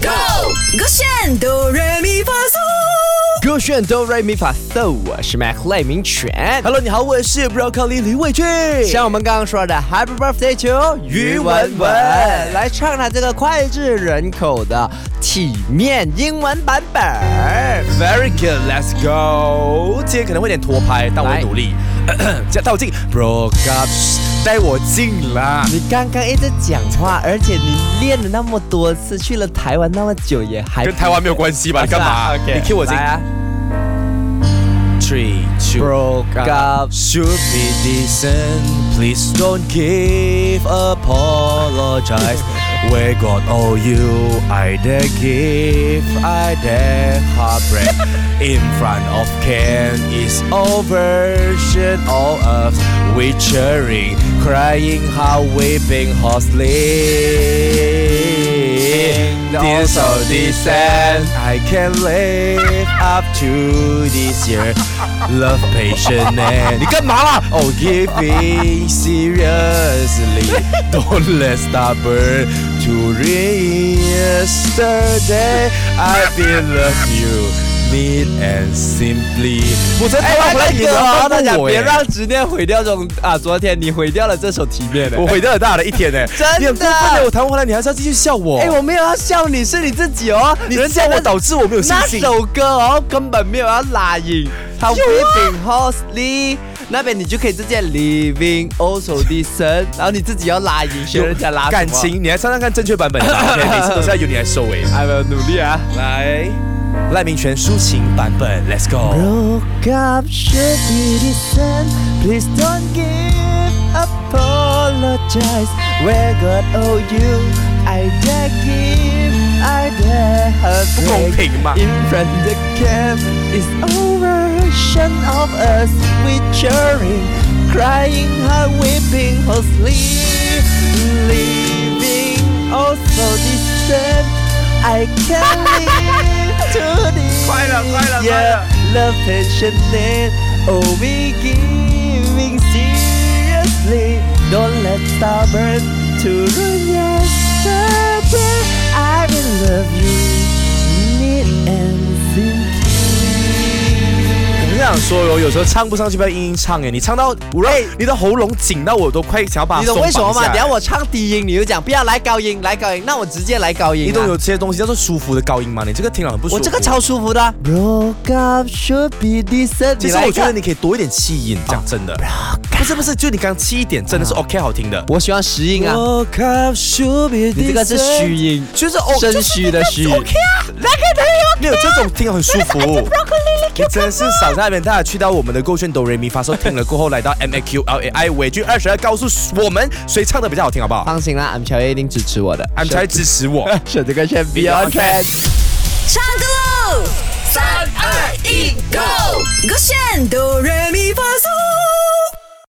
Go！我选哆来咪发嗦。歌炫哆瑞咪发嗦，我是 Mac 赖明全。 Hello，你好，我是 Broccoli 李伟俊。像我们刚刚说的 Happy Birthday to 于文文，来唱他这个脍炙人口的体面英文版本。 Very good，Let's go。今天可能会有点拖拍，但我来努力。 加道进 b r o c o p 带我进啦。你刚刚一直讲话，而且你练了那么多次，去了台湾那么久，也还跟台湾没有关系吧？你干嘛？是吧啊你 Q 我进。来啊 Three, two, Broke up Should be decent. Please don't give apologize. We got all you. I dare give. I dare heartbreak. In front of Ken is all version all us. We cheering, crying, how weeping hoarsely. This so decent. I can live up to this year. Love patient and 你干嘛啦？Oh, giving seriously. Don't let stubborn to re- yesterday. I did love you. Need and simply，我才哎，台湾回来那你个哦，大们家要别让执念毁掉这种啊！昨天你毁掉了这首体面的我，毁掉很大的一天呢、真的你很过分欸我台湾回来你还是要继续笑我，哎，我没有要笑你，是你自己哦。你人家笑我那导致我没有 信那心。首歌哦，根本没有要拉音，它 Weeping Hoarsely 那边你就可以直接 Living also decent，然后你自己要拉音，学人家拉什么感。情，你来唱唱看正确版本的 吧，OK，每次都是要由你来收尾。哎，我努力啊。来，赖明全抒情版本，Let's go。 Broke up should be decent. Please don't give apologize. Where God owe you, I dare give, I dare have. 不公平嘛 In front the camp is over. Shun of us, we cheering, crying, hard weeping, hoarsely, leaving also distant. I can't live to this. 快了快了快了 Love passionate, oh we giving seriously. Don't let stubborn to ruin yesterday. I will love you, neat and simple. 我是想说哟，有时候唱不上去，不要硬硬唱哎，你唱到我让你的喉咙紧到我都快想要把它你懂为什么啊吗？松绑下等来一下我唱低音，你就讲不要来高音，来高音，那我直接来高音、啊。你懂有些东西叫做舒服的高音吗？你这个听了很不舒服。我这个超舒服的啊。Broke up should be decent。其你实来我觉得看你可以多一点气音，讲真的，不是不是，就你刚气一点，真的是 OK 好听的。我喜欢实音啊，你你这个是虚音，就是哦，肾虚的虚。没有这种听很舒服。你真的是少在那边，大家去到我们的勾选哆瑞咪发嗦听了过后，来到 M A Q L A I 尾句二十二，告诉我们谁唱的比较好听，好不好放心啦，俺们乔爷一定支持我的。 ？M 才支持我。 选这个选 Beyond Beyond Trend Trend。唱歌喽！三二一，Go！我选哆来咪发嗦。